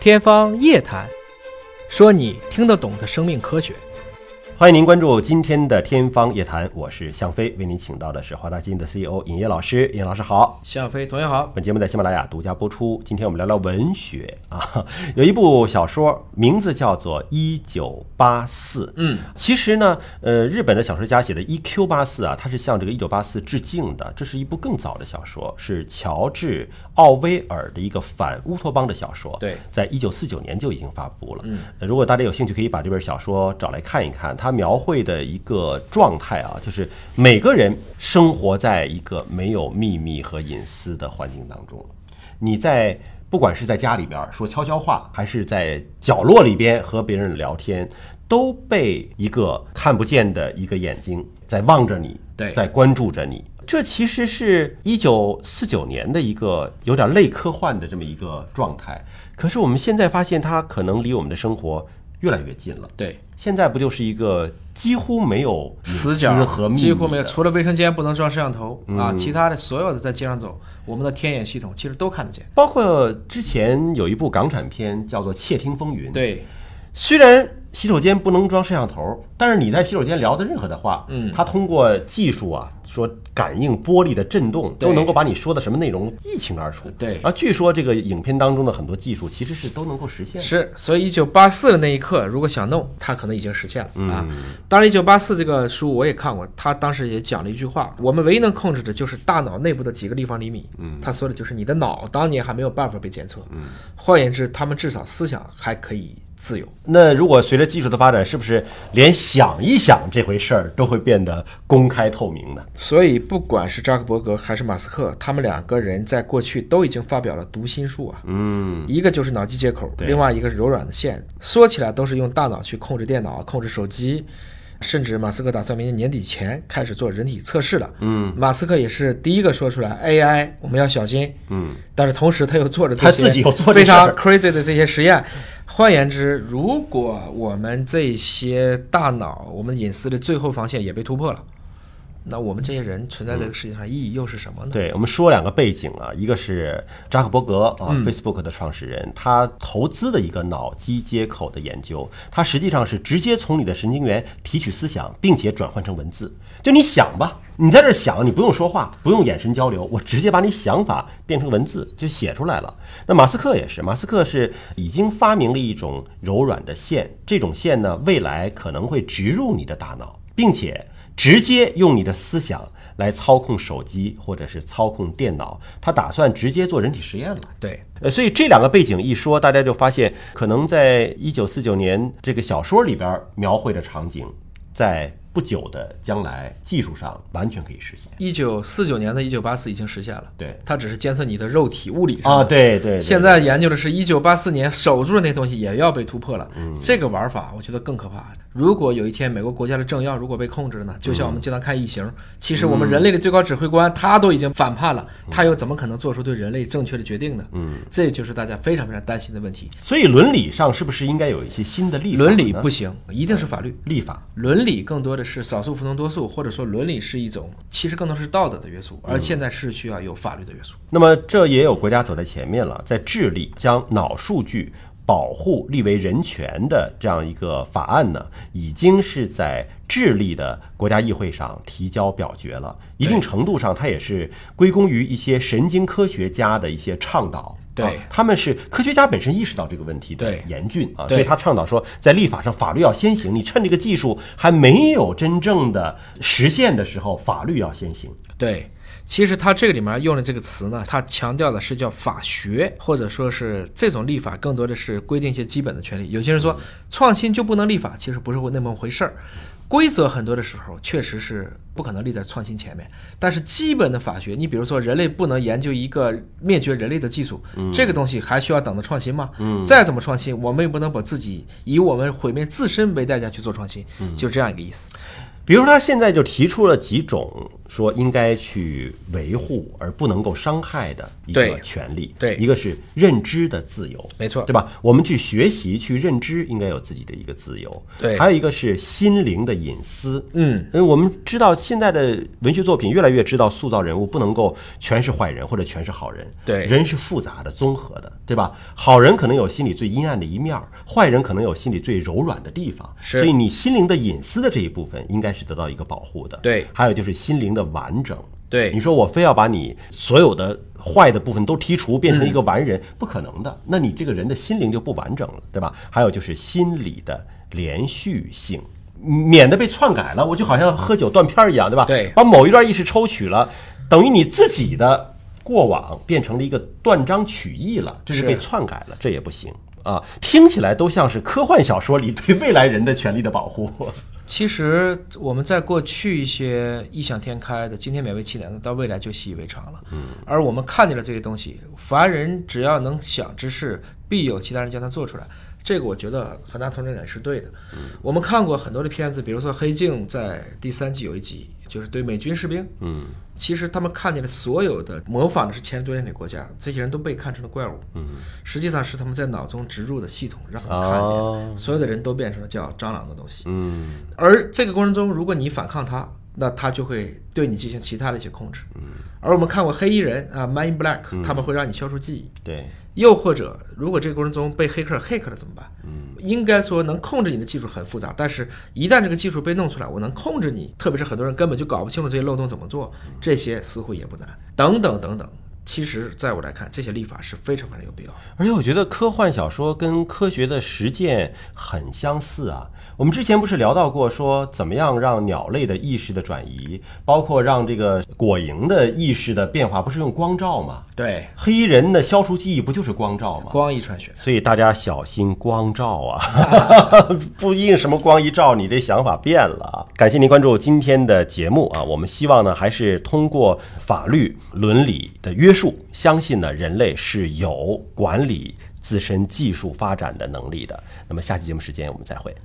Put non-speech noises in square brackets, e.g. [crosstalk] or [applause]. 天方夜谭，说你听得懂的生命科学。欢迎您关注今天的《天方夜谭》，我是向飞，为您请到的是华大基因的 CEO 尹烨老师。尹老师好，向飞同学好，本节目在喜马拉雅独家播出。今天我们聊聊文学啊， [laughs] 有一部小说，名字叫做《一九八四》。嗯，其实呢，呃，日本的小说家写的《一 Q 八四》啊，它是向这个《一九八四》致敬的。这是一部更早的小说，是乔治·奥威尔的一个反乌托邦的小说。对在一九四九年就已经发布了。嗯，如果大家有兴趣，可以把这本小说找来看一看。它描绘的一个状态啊，就是每个人生活在一个没有秘密和隐私的环境当中。你在不管是在家里边儿说悄悄话，还是在角落里边和别人聊天，都被一个看不见的一个眼睛在望着你，对在关注着你。这其实是一九四九年的一个有点类科幻的这么一个状态，可是我们现在发现它可能离我们的生活越来越近了。对，现在不就是一个几乎没有隐死私角和秘密几乎没有，的除了卫生间不能装摄像头、啊，其他的所有的在街上走，我们的天眼系统其实都看得见。包括之前有一部港产片叫做《窃听风云》，对，虽然洗手间不能装摄像头，但是你在洗手间聊的任何的话，嗯，它通过技术啊，说感应玻璃的震动，对都能够把你说的什么内容一清二楚。对而据说这个影片当中的很多技术其实是都能够实现的。是，所以一九八四的那一刻，如果想弄，他可能已经实现了、啊。当然，一九八四这个书我也看过，他当时也讲了一句话：我们唯一能控制的就是大脑内部的几个立方厘米。嗯，他说的就是你的脑当年还没有办法被检测。嗯，换言之，他们至少思想还可以自由。那如果随着技术的发展，是不是连想一想这回事儿都会变得公开透明呢？所以，不管是扎克伯格还是马斯克，他们两个人在过去都已经发表了读心术啊。嗯，一个就是脑机接口，另外一个是柔软的线。说起来都是用大脑去控制电脑、控制手机，甚至马斯克打算明年年底前开始做人体测试了。嗯，马斯克也是第一个说出来 AI 我们要小心。嗯，但是同时他又做着这他些自己又做这非事儿常 crazy 的这些实验。换言之，如果我们这些大脑，我们隐私的最后防线也被突破了，那我们这些人存在在这个世界上的意义又是什么呢？对，我们说两个背景啊，一个是扎克伯格啊、f 嗯 a c e b o o k 的创始人，他投资的一个脑机接口的研究，它实际上是直接从你的神经元提取思想，并且转换成文字。就你想吧，你在这儿想，你不用说话，不用眼神交流，我直接把你想法变成文字就写出来了。那马斯克也是，马斯克是已经发明了一种柔软的线，这种线呢，未来可能会植入你的大脑，并且。直接用你的思想来操控手机或者是操控电脑，他打算直接做人体实验了。对，呃，所以这两个背景一说，大家就发现，可能在一九四九年这个小说里边描绘的场景，在不久的将来技术上完全可以实现。一九四九年的一九八四已经实现了。对，它只是监测你的肉体物理上啊，的。对对对，现在研究的是一九八四年守住的那东西也要被突破了。这个玩法我觉得更可怕。如果有一天美国国家的政要如果被控制了呢？就像我们经常看《异形》，其实我们人类的最高指挥官他都已经反叛了，他又怎么可能做出对人类正确的决定呢？嗯，这就是大家非常非常担心的问题。所以伦理上是不是应该有一些新的立法呢？伦理不行，一定是法律。立法，伦理更多的是少数服从多数，或者说伦理是一种，其实更多是道德的约束，嗯而现在是需要有法律的约束。那么这也有国家走在前面了，在智利将脑数据保护列为人权的这样一个法案呢，已经是在智利的国家议会上提交表决了。一定程度上，它也是归功于一些神经科学家的一些倡导。对啊他们是科学家本身意识到这个问题的对严峻啊，对所以他倡导说，在立法上法律要先行，你趁这个技术还没有真正的实现的时候，法律要先行。对，其实它这个里面用的这个词呢，它强调的是叫法学，或者说是这种立法更多的是规定一些基本的权利。有些人说创新就不能立法，其实不是那么回事儿。规则很多的时候确实是不可能立在创新前面，但是基本的法学，你比如说人类不能研究一个灭绝人类的技术，这个东西还需要等着创新吗？再怎么创新，我们也不能把自己以我们毁灭自身为代价去做创新，就这样一个意思。比如说，他现在就提出了几种说应该去维护而不能够伤害的一个对权利，对一个是认知的自由，没错对吧？我们去学习、去认知，应该有自己的一个自由，对还有一个是心灵的隐私，嗯，因为我们知道现在的文学作品越来越知道塑造人物不能够全是坏人或者全是好人，对人是复杂的、综合的，对吧？好人可能有心里最阴暗的一面儿，坏人可能有心里最柔软的地方，是所以你心灵的隐私的这一部分应该是得到一个保护的。对还有就是心灵的完整。对你说我非要把你所有的坏的部分都剔除，变嗯成一个完人，不可能的。那你这个人的心灵就不完整了，对吧？还有就是心理的连续性。免得被篡改了，我就好像喝酒断片儿一样，对吧？对把某一段意识抽取了，等于你自己的过往变成了一个断章取义了，这是是被篡改了，这也不行啊！听起来都像是科幻小说里对未来人的权利的保护。 [laughs] 其实我们在过去一些异想天开的，今天勉为其难的，到未来就习以为常了。嗯，而我们看见了这些东西，凡人只要能想之事，必有其他人将它做出来。这个我觉得很大程度上也是对的。嗯，我们看过很多的片子，比如说《黑镜》在第三季有一集，就是对美军士兵。嗯，其实他们看见的所有的模仿的是前苏联的国家，这些人都被看成了怪物。嗯，实际上是他们在脑中植入的系统，让他们看见了。哦所有的人都变成了叫蟑螂的东西。嗯，而这个过程中，如果你反抗它，那它就会对你进行其他的一些控制。嗯，而我们看过黑衣人啊，Man in Black，他们会让你消除记忆。对，又或者，如果这个过程中被黑客 hack 了怎么办？嗯，应该说能控制你的技术很复杂，但是一旦这个技术被弄出来，我能控制你，特别是很多人根本就搞不清楚这些漏洞怎么做，这些似乎也不难。等等等等，其实在我来看，这些立法是非常非常有必要的。而且我觉得科幻小说跟科学的实践很相似啊。我们之前不是聊到过，说怎么样让鸟类的意识的转移，包括让这个果蝇的意识的变化，不是用光照吗？对，黑衣人的消除记忆不就是光照吗？光一传血。所以大家小心光照啊， [laughs] 不一定什么光一照，你这想法变了啊！感谢您关注今天的节目啊，我们希望呢，还是通过法律伦理的约束，相信呢，人类是有管理自身技术发展的能力的。那么下期节目时间我们再会。